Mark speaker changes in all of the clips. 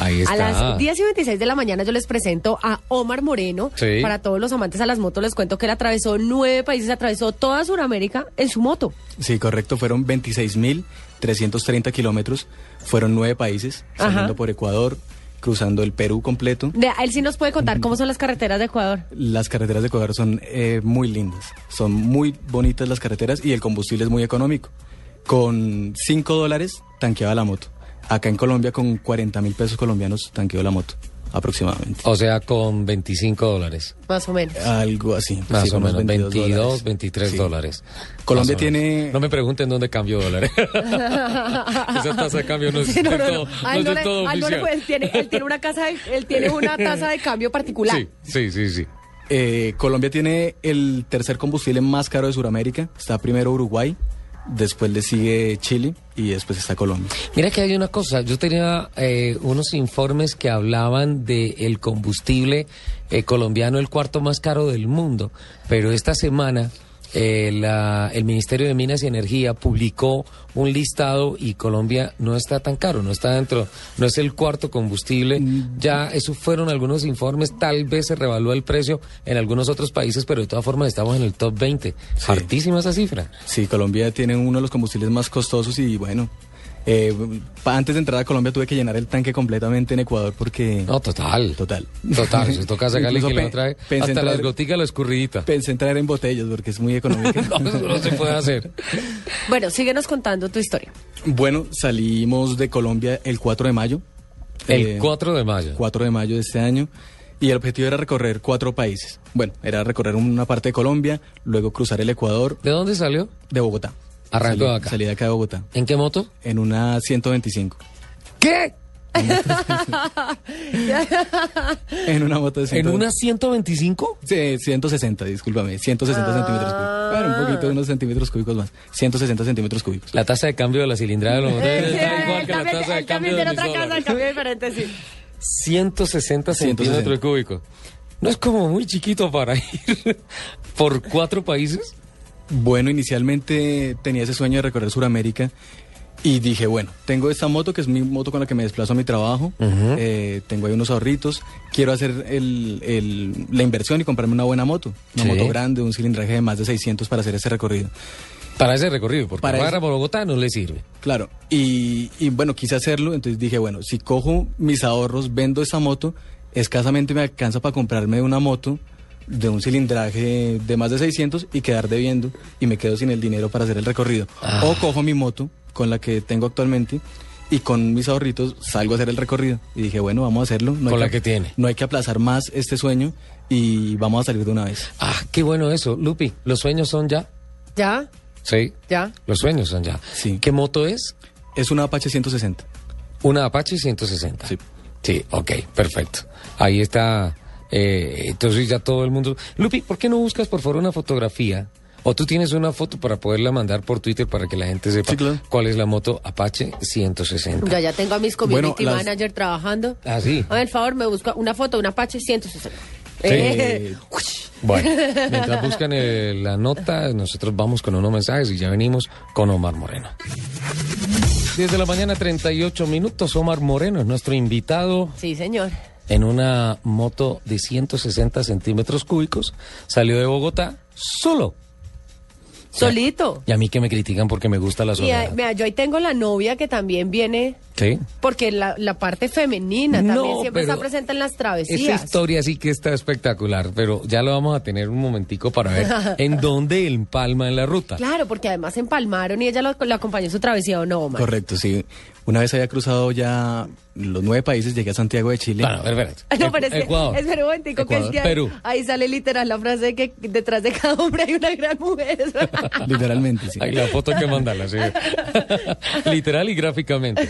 Speaker 1: Ahí
Speaker 2: A
Speaker 1: está.
Speaker 2: las 10 y 26 de la mañana yo les presento a Omar Moreno.
Speaker 1: Sí.
Speaker 2: Para todos los amantes a las motos les cuento que él atravesó nueve países, atravesó toda Sudamérica en su moto.
Speaker 3: Sí, correcto, fueron 26.330 kilómetros, fueron nueve países,
Speaker 2: Ajá.
Speaker 3: saliendo por Ecuador, cruzando el Perú completo.
Speaker 2: De, él sí nos puede contar cómo son las carreteras de Ecuador.
Speaker 3: Las carreteras de Ecuador son eh, muy lindas, son muy bonitas las carreteras y el combustible es muy económico. Con 5 dólares tanqueaba la moto. Acá en Colombia con 40 mil pesos colombianos tanqueó la moto, aproximadamente.
Speaker 1: O sea, con 25 dólares.
Speaker 2: Más o menos.
Speaker 3: Algo así.
Speaker 1: Más
Speaker 3: sí,
Speaker 1: o
Speaker 3: unos
Speaker 1: menos, 22,
Speaker 3: 22
Speaker 1: 23
Speaker 3: Sí.
Speaker 1: dólares.
Speaker 3: Colombia
Speaker 1: Más o menos.
Speaker 3: tiene-
Speaker 1: No me pregunten dónde cambio dólares. Esa tasa de cambio no es
Speaker 2: Sí,
Speaker 1: del
Speaker 2: no, no, no.
Speaker 1: todo, no
Speaker 2: A él
Speaker 1: es
Speaker 2: no
Speaker 1: del
Speaker 2: le-
Speaker 1: todo
Speaker 2: a él no
Speaker 1: oficial.
Speaker 2: le pueden- tiene- él tiene una casa, de- él tiene una tasa de cambio particular.
Speaker 1: Sí, sí, sí, sí.
Speaker 3: Eh, Colombia tiene el tercer combustible más caro de Sudamérica. Está primero Uruguay, después le sigue Chile y después está Colombia.
Speaker 1: Mira que hay una cosa, yo tenía eh, unos informes que hablaban del el combustible eh, colombiano el cuarto más caro del mundo, pero esta semana eh, la- el Ministerio de Minas y Energía publicó un listado y Colombia no está tan caro, no está dentro, no es el cuarto combustible, ya esos fueron algunos informes, tal vez se revalúa el precio en algunos otros países, pero de todas formas estamos en el top 20,
Speaker 3: Sí.
Speaker 1: hartísima esa cifra.
Speaker 3: Sí, Colombia tiene uno de los combustibles más costosos y bueno, eh, pa- antes de entrar a Colombia tuve que llenar el tanque completamente en Ecuador porque...
Speaker 1: No, total.
Speaker 3: Total.
Speaker 1: Total, se toca sacarle
Speaker 3: Incluso
Speaker 1: que lo
Speaker 3: pe-
Speaker 1: trae
Speaker 3: pensé
Speaker 1: hasta
Speaker 3: en
Speaker 1: las
Speaker 3: traer-
Speaker 1: goticas, la escurridita.
Speaker 3: Pensé en traer en botellas porque es muy económico.
Speaker 1: No, eso no se puede hacer.
Speaker 2: Bueno, síguenos contando tu historia.
Speaker 3: Bueno, salimos de Colombia el 4 de mayo.
Speaker 1: El
Speaker 3: Eh,
Speaker 1: 4 de mayo.
Speaker 3: 4 de mayo de este año. Y el objetivo era recorrer cuatro países. Bueno, era recorrer una parte de Colombia, luego cruzar el Ecuador
Speaker 1: ¿De dónde salió?
Speaker 3: de Bogotá.
Speaker 1: Arrancó
Speaker 3: Salí-
Speaker 1: acá.
Speaker 3: Salí de acá de Bogotá.
Speaker 1: ¿En qué moto?
Speaker 3: En una 125.
Speaker 1: ¿Qué?
Speaker 3: En una moto de
Speaker 1: ¿En
Speaker 3: 125.
Speaker 1: una 125?
Speaker 3: Sí, 160, discúlpame. 160 centímetros cúbicos. Bueno, un
Speaker 1: Ah.
Speaker 3: poquito, unos centímetros cúbicos más. 160 centímetros cúbicos.
Speaker 1: La tasa de cambio de la cilindrada de los motores
Speaker 2: Sí,
Speaker 1: está
Speaker 2: él
Speaker 1: igual que la
Speaker 2: también-
Speaker 1: tasa de
Speaker 2: él también
Speaker 1: cambio de
Speaker 2: tiene
Speaker 1: mis
Speaker 2: otra casa,
Speaker 1: dólares.
Speaker 2: el cambio diferente, sí.
Speaker 1: 160 centímetros
Speaker 3: 160.
Speaker 1: cúbicos. No es como muy chiquito para ir por cuatro países.
Speaker 3: Bueno, inicialmente tenía ese sueño de recorrer Sudamérica y dije, bueno, tengo esta moto que es mi moto con la que me desplazo a mi trabajo, eh, tengo ahí unos ahorritos, quiero hacer el- el- la inversión y comprarme una buena moto, una
Speaker 1: Sí.
Speaker 3: moto grande, un cilindraje de más de 600 para hacer ese recorrido.
Speaker 1: Para ese recorrido, porque
Speaker 3: Para
Speaker 1: para,
Speaker 3: ese-
Speaker 1: Bogotá no le sirve.
Speaker 3: Claro, y, y bueno, quise hacerlo, entonces dije, bueno, si cojo mis ahorros, vendo esa moto, escasamente me alcanza para comprarme una moto de un cilindraje de más de 600 y quedar debiendo y me quedo sin el dinero para hacer el recorrido.
Speaker 1: Ah.
Speaker 3: O cojo mi moto con la que tengo actualmente y con mis ahorritos salgo a hacer el recorrido. Y dije, bueno, vamos a hacerlo. No hay
Speaker 1: Con la que tiene.
Speaker 3: No hay que aplazar más este sueño y vamos a salir de una vez.
Speaker 1: Ah, qué bueno eso. Lupi, los sueños son ya.
Speaker 2: ¿Ya?
Speaker 1: Sí.
Speaker 2: ¿Ya?
Speaker 1: Los sueños son ya.
Speaker 3: Sí.
Speaker 1: ¿Qué moto es?
Speaker 3: Es una Apache 160.
Speaker 1: Una Apache 160.
Speaker 3: Sí.
Speaker 1: Sí, ok, perfecto. Ahí está. eh, entonces ya todo el mundo. Lupi, ¿por qué no buscas por favor una fotografía? O tú tienes una foto para poderla mandar por Twitter para que la gente sepa
Speaker 3: Sí, claro.
Speaker 1: cuál es la moto Apache 160.
Speaker 2: Ya, ya tengo a mis community
Speaker 3: Bueno, las-
Speaker 2: manager trabajando.
Speaker 1: Ah, sí.
Speaker 2: A ver, favor, me busca una foto, una Apache 160.
Speaker 1: Sí.
Speaker 2: Eh,
Speaker 1: Bueno, mientras buscan eh, la nota, nosotros vamos con unos mensajes y ya venimos con Omar Moreno. Desde la mañana 38 minutos, Omar Moreno es nuestro invitado
Speaker 2: sí, señor.
Speaker 1: en una moto de 160 centímetros cúbicos, salió de Bogotá solo.
Speaker 2: Solito.
Speaker 1: Y a mí que me critican porque me gusta la
Speaker 2: Y ah,
Speaker 1: soledad.
Speaker 2: mira, yo ahí tengo la novia que también viene,
Speaker 1: ¿Sí?
Speaker 2: porque la, la parte femenina también siempre
Speaker 1: pero
Speaker 2: está presente en las
Speaker 1: Esa
Speaker 2: travesías.
Speaker 1: historia sí que está espectacular, pero ya lo vamos a tener un momentico para ver en dónde empalma en la ruta.
Speaker 2: Claro, porque además se empalmaron y ella lo, lo acompañó en su travesía o no, Omar?
Speaker 3: Correcto, sí. Una vez había cruzado ya los nueve países, llegué a Santiago de Chile.
Speaker 1: Bueno, a ver, espérate.
Speaker 2: Ah, No, pero es que,
Speaker 1: Ecuador.
Speaker 2: espera un momentico, que es
Speaker 1: Ecuador.
Speaker 2: que
Speaker 1: Perú.
Speaker 2: ahí sale literal la frase de que detrás de cada hombre hay una gran mujer.
Speaker 3: Literalmente, sí.
Speaker 1: Ay, la foto hay que mandarla, sí. Literal y gráficamente.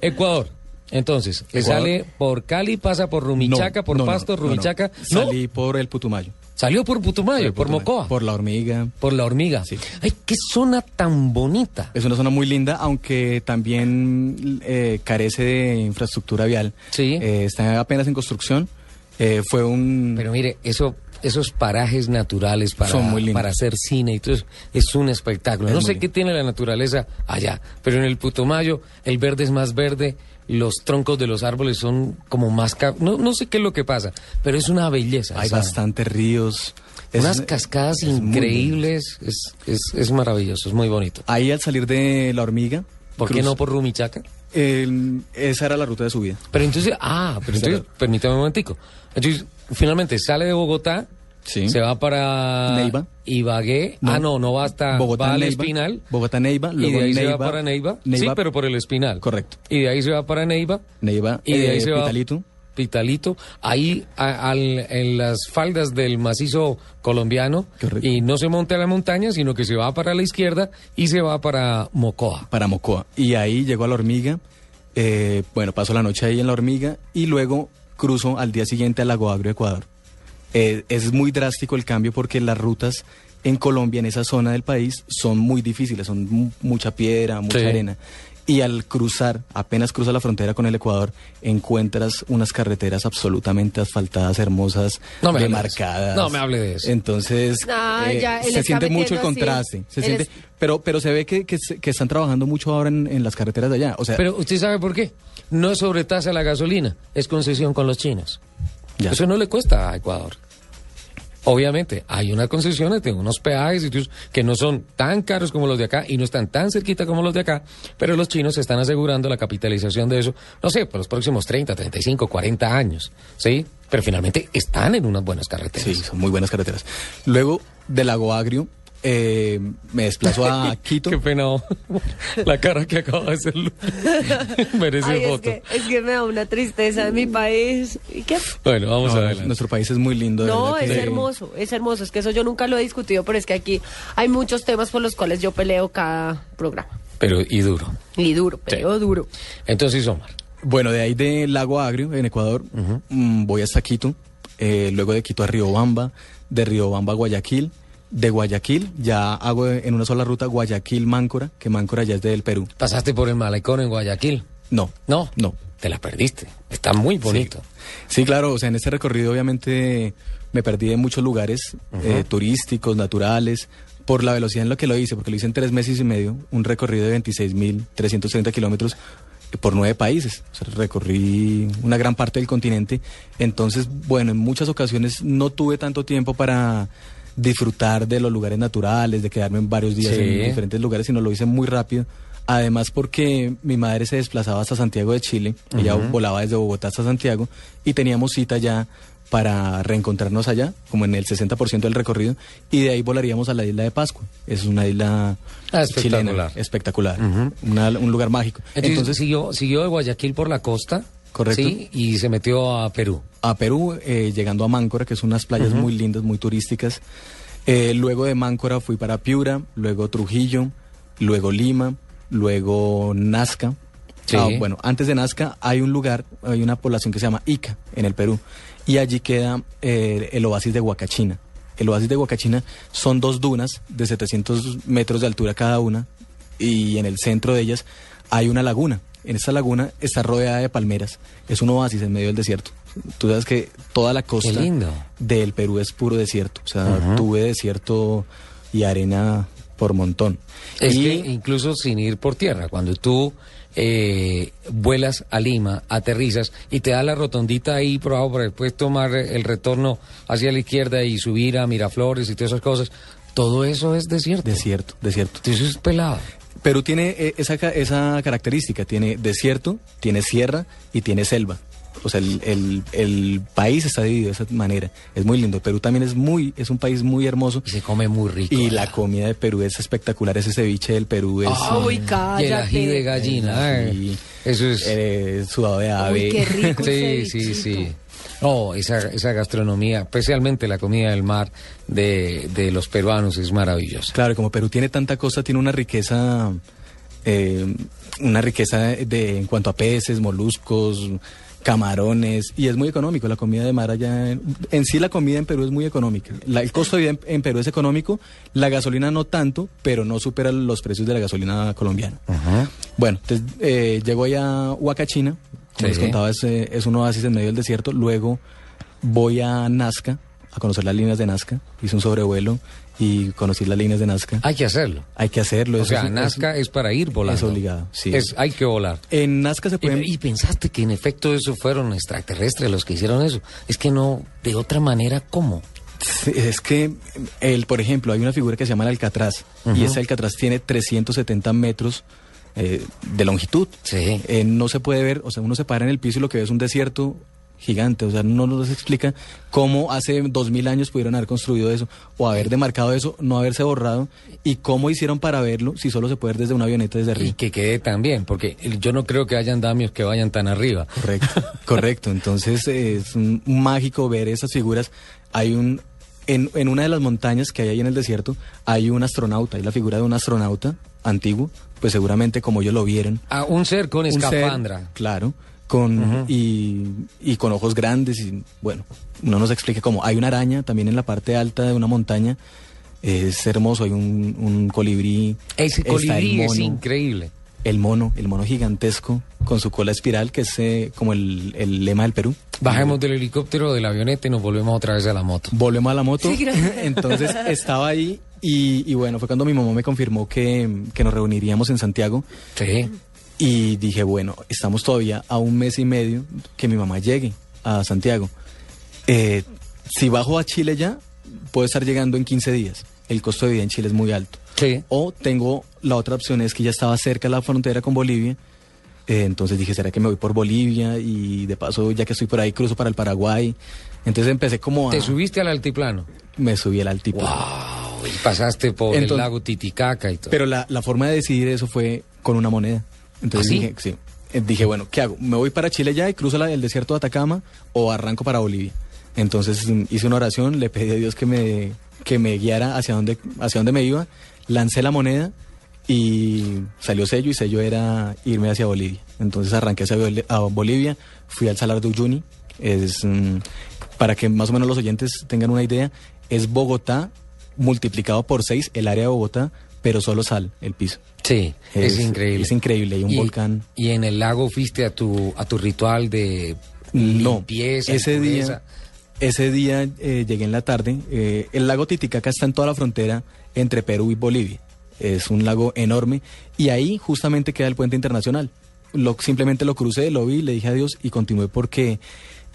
Speaker 1: Ecuador. Entonces, que
Speaker 3: Ecuador.
Speaker 1: sale por Cali, pasa por Rumichaca,
Speaker 3: No,
Speaker 1: por
Speaker 3: no, no,
Speaker 1: Pasto,
Speaker 3: no, no.
Speaker 1: Rumichaca. No,
Speaker 3: Salí por el Putumayo.
Speaker 1: salió por Putumayo, por,
Speaker 3: Putumayo,
Speaker 1: Mocoa, por,
Speaker 3: Por la hormiga.
Speaker 1: la hormiga.
Speaker 3: Sí.
Speaker 1: Ay, qué zona tan bonita.
Speaker 3: Es una zona muy linda, aunque también eh, carece de infraestructura vial.
Speaker 1: Sí.
Speaker 3: Eh, está apenas en construcción. Eh, fue un...
Speaker 1: Pero mire, eso, esos parajes naturales para,
Speaker 3: Son muy lindos.
Speaker 1: para hacer cine y todo eso, es un espectáculo.
Speaker 3: Es
Speaker 1: no
Speaker 3: muy
Speaker 1: sé
Speaker 3: lindo.
Speaker 1: qué tiene la naturaleza allá, pero en el Putumayo el verde es más verde, los troncos de los árboles son como más... ca- No, no sé qué es lo que pasa, pero es una belleza.
Speaker 3: hay
Speaker 1: esa-
Speaker 3: bastantes ríos. Es-
Speaker 1: Unas cascadas
Speaker 3: es muy lindo.
Speaker 1: increíbles, es, es- es maravilloso, es muy bonito.
Speaker 3: Ahí al salir de la hormiga...
Speaker 1: ¿Por qué
Speaker 3: cruz-
Speaker 1: no por Rumichaca?
Speaker 3: el- esa era la ruta de subida.
Speaker 1: Pero entonces, ah, pero entonces, permítame un momentico. Entonces, finalmente sale de Bogotá,
Speaker 3: Sí.
Speaker 1: se va para
Speaker 3: Neiva.
Speaker 1: Ibagué, ah, no, no va hasta
Speaker 3: Bogotá,
Speaker 1: va al
Speaker 3: Neiva,
Speaker 1: Espinal.
Speaker 3: Bogotá, Neiva,
Speaker 1: y
Speaker 3: luego
Speaker 1: de ahí se va
Speaker 3: Neiva,
Speaker 1: para Neiva. Sí,
Speaker 3: Neiva.
Speaker 1: pero por el Espinal.
Speaker 3: Correcto.
Speaker 1: Y de ahí se va para Neiva.
Speaker 3: Neiva,
Speaker 1: Y de ahí
Speaker 3: eh,
Speaker 1: se va-
Speaker 3: Pitalito.
Speaker 1: Pitalito, ahí a- al- en las faldas del macizo colombiano
Speaker 3: Correcto.
Speaker 1: y no se monta a la montaña, sino que se va para la izquierda y se va para Mocoa.
Speaker 3: para Mocoa. Y ahí llegó a la hormiga. eh, bueno, paso la noche ahí en la hormiga y luego cruzo al día siguiente al Lago Agrio, Ecuador. Eh, es muy drástico el cambio porque las rutas en Colombia, en esa zona del país, son muy difíciles, son mu- mucha piedra, mucha
Speaker 1: Sí.
Speaker 3: arena. Y al cruzar, apenas cruzas la frontera con el Ecuador, encuentras unas carreteras absolutamente asfaltadas, hermosas,
Speaker 1: No me hable de eso.
Speaker 3: demarcadas.
Speaker 1: No me hable de eso.
Speaker 3: Entonces, eh,
Speaker 2: No, ya, él
Speaker 3: se
Speaker 2: está
Speaker 3: siente mucho el
Speaker 2: metiendo así.
Speaker 3: contraste. Se
Speaker 2: Él
Speaker 3: siente,
Speaker 2: es-
Speaker 3: pero, pero se ve que, que se- que están trabajando mucho ahora en, en las carreteras de allá. O sea,
Speaker 1: Pero usted sabe por qué. No es sobretasa la gasolina, es concesión con los chinos.
Speaker 3: Ya.
Speaker 1: Eso no le cuesta a Ecuador. Obviamente, hay unas concesiones, de unos peajes y tus- que no son tan caros como los de acá y no están tan cerquita como los de acá, pero los chinos están asegurando la capitalización de eso, no sé, por los próximos 30, 35, 40 años, ¿sí? Pero finalmente están en unas buenas carreteras.
Speaker 3: sí, son muy buenas carreteras. Luego, del Lago Agrio, eh, me desplazo a Quito.
Speaker 1: Qué pena, la cara que acaba de hacer Lu- merece
Speaker 2: Ay, es,
Speaker 1: foto.
Speaker 2: que, es que me da una tristeza de mi país. ¿Y qué?
Speaker 1: Bueno, vamos
Speaker 3: No,
Speaker 1: adelante.
Speaker 3: nuestro país es muy lindo. de
Speaker 2: No,
Speaker 3: verdad
Speaker 2: es
Speaker 3: que-
Speaker 2: hermoso, es hermoso. Es que eso yo nunca lo he discutido, pero es que aquí hay muchos temas por los cuales yo peleo cada programa.
Speaker 1: Pero y duro.
Speaker 2: Y duro, peleo duro.
Speaker 1: Entonces, Omar,
Speaker 3: Bueno, de ahí del Lago Agrio, en Ecuador, mm, voy hasta Quito. eh, luego de Quito a Riobamba, de Riobamba a Guayaquil. De Guayaquil, ya hago en una sola ruta Guayaquil-Máncora, que Máncora ya es del Perú.
Speaker 1: pasaste por el malecón en Guayaquil.
Speaker 3: No.
Speaker 1: No,
Speaker 3: No.
Speaker 1: Te la perdiste. Está muy bonito.
Speaker 3: Sí, claro, o sea, en este recorrido obviamente me perdí en muchos lugares eh, turísticos, naturales, por la velocidad en la que lo hice, porque lo hice en tres meses y medio, un recorrido de 26.330 kilómetros eh, por nueve países. O sea, recorrí una gran parte del continente. Entonces, bueno, en muchas ocasiones no tuve tanto tiempo para disfrutar de los lugares naturales, de quedarme en varios días
Speaker 1: Sí.
Speaker 3: en diferentes lugares, sino lo hice muy rápido. Además porque mi madre se desplazaba hasta Santiago de Chile, ella volaba desde Bogotá hasta Santiago y teníamos cita ya para reencontrarnos allá, como en el 60% del recorrido, y de ahí volaríamos a la isla de Pascua. Es una isla
Speaker 1: Ah, espectacular.
Speaker 3: chilena, espectacular, una- un lugar mágico.
Speaker 1: Entonces,
Speaker 3: Entonces,
Speaker 1: siguió, siguió de Guayaquil por la costa.
Speaker 3: Correcto.
Speaker 1: ¿sí? Y se metió a Perú.
Speaker 3: a Perú, eh, llegando a Máncora, que son unas playas muy lindas, muy turísticas. Eh, luego de Máncora fui para Piura, luego Trujillo, luego Lima, luego Nazca.
Speaker 1: Sí.
Speaker 3: Ah, bueno, antes de Nazca hay un lugar, hay una población que se llama Ica, en el Perú, y allí queda eh, el oasis de Huacachina. El oasis de Huacachina son dos dunas de 700 metros de altura cada una, y en el centro de ellas hay una laguna. En esta laguna está rodeada de palmeras. Es un oasis en medio del desierto. Tú sabes que toda la costa
Speaker 1: lindo.
Speaker 3: del Perú es puro desierto. O sea, tuve desierto y arena por montón.
Speaker 1: Es
Speaker 3: Y-
Speaker 1: que incluso sin ir por tierra, cuando tú eh, vuelas a Lima, aterrizas y te da la rotondita ahí, probado para después tomar el retorno hacia la izquierda y subir a Miraflores y todas esas cosas, todo eso es desierto.
Speaker 3: Desierto, desierto.
Speaker 1: Entonces es pelado.
Speaker 3: Perú tiene eh, esa, ca- esa característica, tiene desierto, tiene sierra y tiene selva. O sea, el, el- el país está dividido de esa manera. Es muy lindo. Perú también es muy, es un país muy hermoso.
Speaker 1: Y se come muy rico.
Speaker 3: Y
Speaker 1: allá.
Speaker 3: la comida de Perú es espectacular. Ese ceviche del Perú es
Speaker 2: Ah, uy,
Speaker 1: Y el ají de
Speaker 2: cállate.
Speaker 1: gallina. ay,
Speaker 3: Y,
Speaker 1: eso es.
Speaker 3: eh, sudado de ave.
Speaker 2: qué rico
Speaker 1: sí,
Speaker 2: ese
Speaker 1: sí, sí.
Speaker 2: bichito.
Speaker 1: No, esa, esa gastronomía, especialmente la comida del mar de, de los peruanos, es maravillosa.
Speaker 3: Claro, como Perú tiene tanta cosa, tiene una riqueza eh, una riqueza de, en cuanto a peces, moluscos, camarones, y es muy económico. La comida de mar allá, en, en sí la comida en Perú es muy económica. La- el costo de vida en, en Perú es económico, la gasolina no tanto, pero no supera los precios de la gasolina colombiana. Bueno, entonces eh, llegó allá Huacachina, como les
Speaker 1: Sí.
Speaker 3: contaba, es, eh, es un oasis en medio del desierto. Luego voy a Nazca, a conocer las líneas de Nazca. Hice un sobrevuelo y conocí las líneas de Nazca.
Speaker 1: Hay que hacerlo.
Speaker 3: Hay que hacerlo.
Speaker 1: Ah. O
Speaker 3: eso
Speaker 1: sea,
Speaker 3: es un- es un-
Speaker 1: Nazca es para ir volando.
Speaker 3: es obligado, sí. em-
Speaker 1: Es- hay que volar.
Speaker 3: En Nazca se
Speaker 1: Y,
Speaker 3: pueden...
Speaker 1: y pensaste que en efecto eso fueron extraterrestres los que hicieron eso. Es que no, de otra manera, ¿cómo?
Speaker 3: Sí, Es que, el, por ejemplo, hay una figura que se llama el Alcatraz y ese Alcatraz tiene 370 metros eh, de longitud.
Speaker 1: Sí.
Speaker 3: Eh, no se puede ver, o sea, uno se para en el piso y lo que ve es un desierto gigante. O sea, no nos explica cómo hace 2000 años pudieron haber construido eso o haber demarcado eso, no haberse borrado y cómo hicieron para verlo si solo se puede ver desde una avioneta desde
Speaker 1: Y
Speaker 3: arriba.
Speaker 1: que quede tan bien, porque yo no creo que hayan damios que vayan tan arriba.
Speaker 3: Correcto, correcto. Entonces eh, es un- un mágico ver esas figuras. Hay un en, en una de las montañas que hay ahí en el desierto hay un astronauta, hay la figura de un astronauta antiguo, pues seguramente como ellos lo vieron.
Speaker 1: A un ser con
Speaker 3: Un ser,
Speaker 1: escafandra.
Speaker 3: claro, con y, y con ojos grandes y bueno, no nos explique cómo. Hay una araña también en la parte alta de una montaña. Es hermoso, hay un, un colibrí.
Speaker 1: Ese
Speaker 3: está el
Speaker 1: colibrí es
Speaker 3: mono.
Speaker 1: increíble.
Speaker 3: El mono, el mono gigantesco con su cola espiral, que es eh, como el, el lema del Perú.
Speaker 1: Bajemos del helicóptero, de la avioneta y nos volvemos otra vez a la moto.
Speaker 3: Volvemos a la moto.
Speaker 2: Sí, gracias.
Speaker 3: Entonces estaba ahí y, y bueno, fue cuando mi mamá me confirmó que, que nos reuniríamos en Santiago
Speaker 1: Sí.
Speaker 3: y dije, bueno, estamos todavía a un mes y medio que mi mamá llegue a Santiago. Eh, si bajo a Chile ya, puedo estar llegando en 15 días. El costo de vida en Chile es muy alto.
Speaker 1: Sí.
Speaker 3: O tengo la otra opción es que ya estaba cerca de la frontera con Bolivia. Eh, entonces dije, ¿será que me voy por Bolivia? Y de paso, ya que estoy por ahí, cruzo para el Paraguay. Entonces empecé como a...
Speaker 1: Te subiste al altiplano.
Speaker 3: Me subí al altiplano.
Speaker 1: Y pasaste por el
Speaker 3: Entonces-
Speaker 1: lago Titicaca y todo.
Speaker 3: Pero la, la forma de decidir eso fue con una moneda. Entonces
Speaker 1: ¿Ah, sí?
Speaker 3: dije, sí. Eh, Dije, bueno, ¿qué hago? ¿Me voy para Chile ya y cruzo la- el desierto de Atacama o arranco para Bolivia? Entonces mm, hice una oración, le pedí a Dios que me, que me guiara hacia donde, hacia donde me iba, lancé la moneda y salió sello y sello era irme hacia Bolivia. Entonces arranqué hacia Bol- a Bolivia, fui al Salar de Uyuni, es, mm, para que más o menos los oyentes tengan una idea, es Bogotá multiplicado por 6 el área de Bogotá, pero solo sal, el piso.
Speaker 1: Sí, es,
Speaker 3: Es-
Speaker 1: increíble.
Speaker 3: es increíble, y un volcán.
Speaker 1: Y en el lago fuiste a tu, a tu ritual de
Speaker 3: No,
Speaker 1: limpieza. y
Speaker 3: ese
Speaker 1: pureza.
Speaker 3: día, ese día eh, llegué en la tarde. eh, el lago Titicaca está en toda la frontera entre Perú y Bolivia. Es un lago enorme y ahí justamente queda el puente internacional. Lo, simplemente lo crucé, lo vi, le dije adiós y continué porque,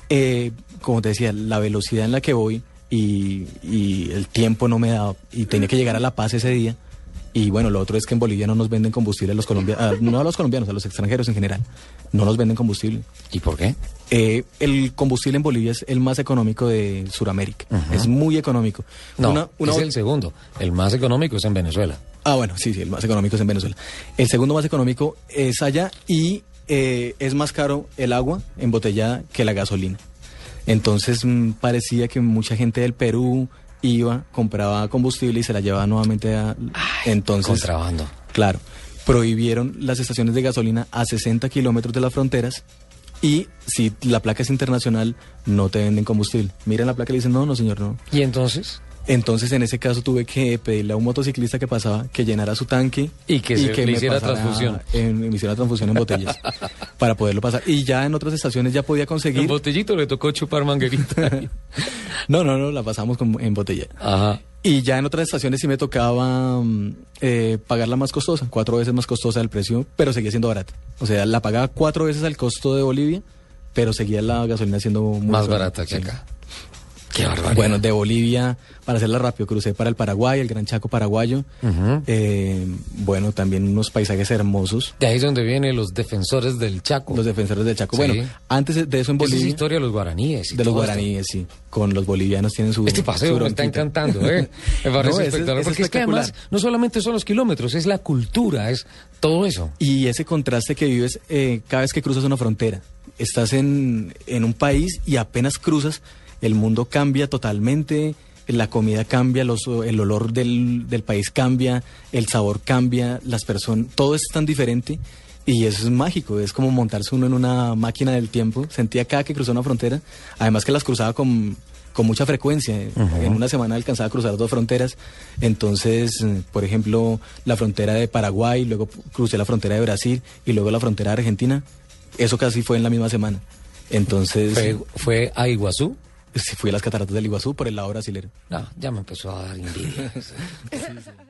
Speaker 3: eh, como te decía, la velocidad en la que voy y, y el tiempo no me daba y tenía que llegar a La Paz ese día. Y bueno, lo otro es que en Bolivia no nos venden combustible a los colombianos, no a los colombianos, a los extranjeros en general. No nos venden combustible.
Speaker 1: ¿Y por qué?
Speaker 3: Eh, el combustible en Bolivia es el más económico de Sudamérica. Es muy económico.
Speaker 1: No,
Speaker 3: Una- una
Speaker 1: es
Speaker 3: bot-
Speaker 1: el segundo. El más económico es en Venezuela.
Speaker 3: Ah, bueno, sí, sí, el más económico es en Venezuela. El segundo más económico es allá y eh, es más caro el agua embotellada que la gasolina. Entonces mm, parecía que mucha gente del Perú iba, compraba combustible y se la llevaba nuevamente a... entonces,
Speaker 1: contrabando.
Speaker 3: Claro, prohibieron las estaciones de gasolina a 60 kilómetros de las fronteras y si la placa es internacional no te venden combustible. Miren la placa y le dicen, no, no señor, no.
Speaker 1: ¿Y entonces?
Speaker 3: Entonces, en ese caso, tuve que pedirle a un motociclista que pasaba que llenara su tanque
Speaker 1: Y que se- le hiciera
Speaker 3: pasara
Speaker 1: transfusión.
Speaker 3: en- me hiciera transfusión en botellas para poderlo pasar. Y ya en otras estaciones ya podía
Speaker 1: El
Speaker 3: conseguir.
Speaker 1: botellito le tocó chupar manguerita.
Speaker 3: No, no, no, la pasamos con- en botella.
Speaker 1: Ajá.
Speaker 3: Y ya en otras estaciones sí me tocaba mm, eh, pagarla más costosa, cuatro veces más costosa del precio, pero seguía siendo barata. O sea, la pagaba cuatro veces al costo de Bolivia, pero seguía la gasolina siendo muy
Speaker 1: Más
Speaker 3: barata.
Speaker 1: barata que
Speaker 3: Sí.
Speaker 1: acá. Qué barbaridad.
Speaker 3: Bueno, de Bolivia, para hacerla rápido, crucé para el Paraguay, el Gran Chaco paraguayo. Eh, bueno, también unos paisajes hermosos.
Speaker 1: de ahí es donde vienen los defensores del Chaco.
Speaker 3: Los defensores del Chaco.
Speaker 1: Oh. Sí.
Speaker 3: Bueno, antes de eso en
Speaker 1: Esa es
Speaker 3: Bolivia,
Speaker 1: historia de los guaraníes. y
Speaker 3: de los
Speaker 1: todo esto.
Speaker 3: guaraníes, sí. Con los bolivianos tienen su.
Speaker 1: Este paseo
Speaker 3: su
Speaker 1: me está
Speaker 3: bronquita.
Speaker 1: encantando, ¿eh? Me parece
Speaker 3: No, es-
Speaker 1: espectacular.
Speaker 3: es
Speaker 1: porque es que
Speaker 3: espectacular.
Speaker 1: además, no solamente son los kilómetros, es la cultura, es todo eso.
Speaker 3: Y ese contraste que vives eh, cada vez que cruzas una frontera. Estás en, en un país y apenas cruzas, el mundo cambia totalmente. la comida cambia, los- el olor del, del país cambia, el sabor cambia, las personas, todo es tan diferente y eso es mágico, es como montarse uno en una máquina del tiempo. Sentía cada que cruzaba una frontera, además que las cruzaba con, con mucha frecuencia, en una semana alcanzaba a cruzar dos fronteras, entonces, eh, por ejemplo, la frontera de Paraguay, luego crucé la frontera de Brasil y luego la frontera de Argentina, eso casi fue en la misma semana. Entonces,
Speaker 1: ¿Fue, fue a Iguazú?
Speaker 3: sí, fui a las cataratas del Iguazú por el lado brasilero.
Speaker 1: No, ya me empezó a dar envidia.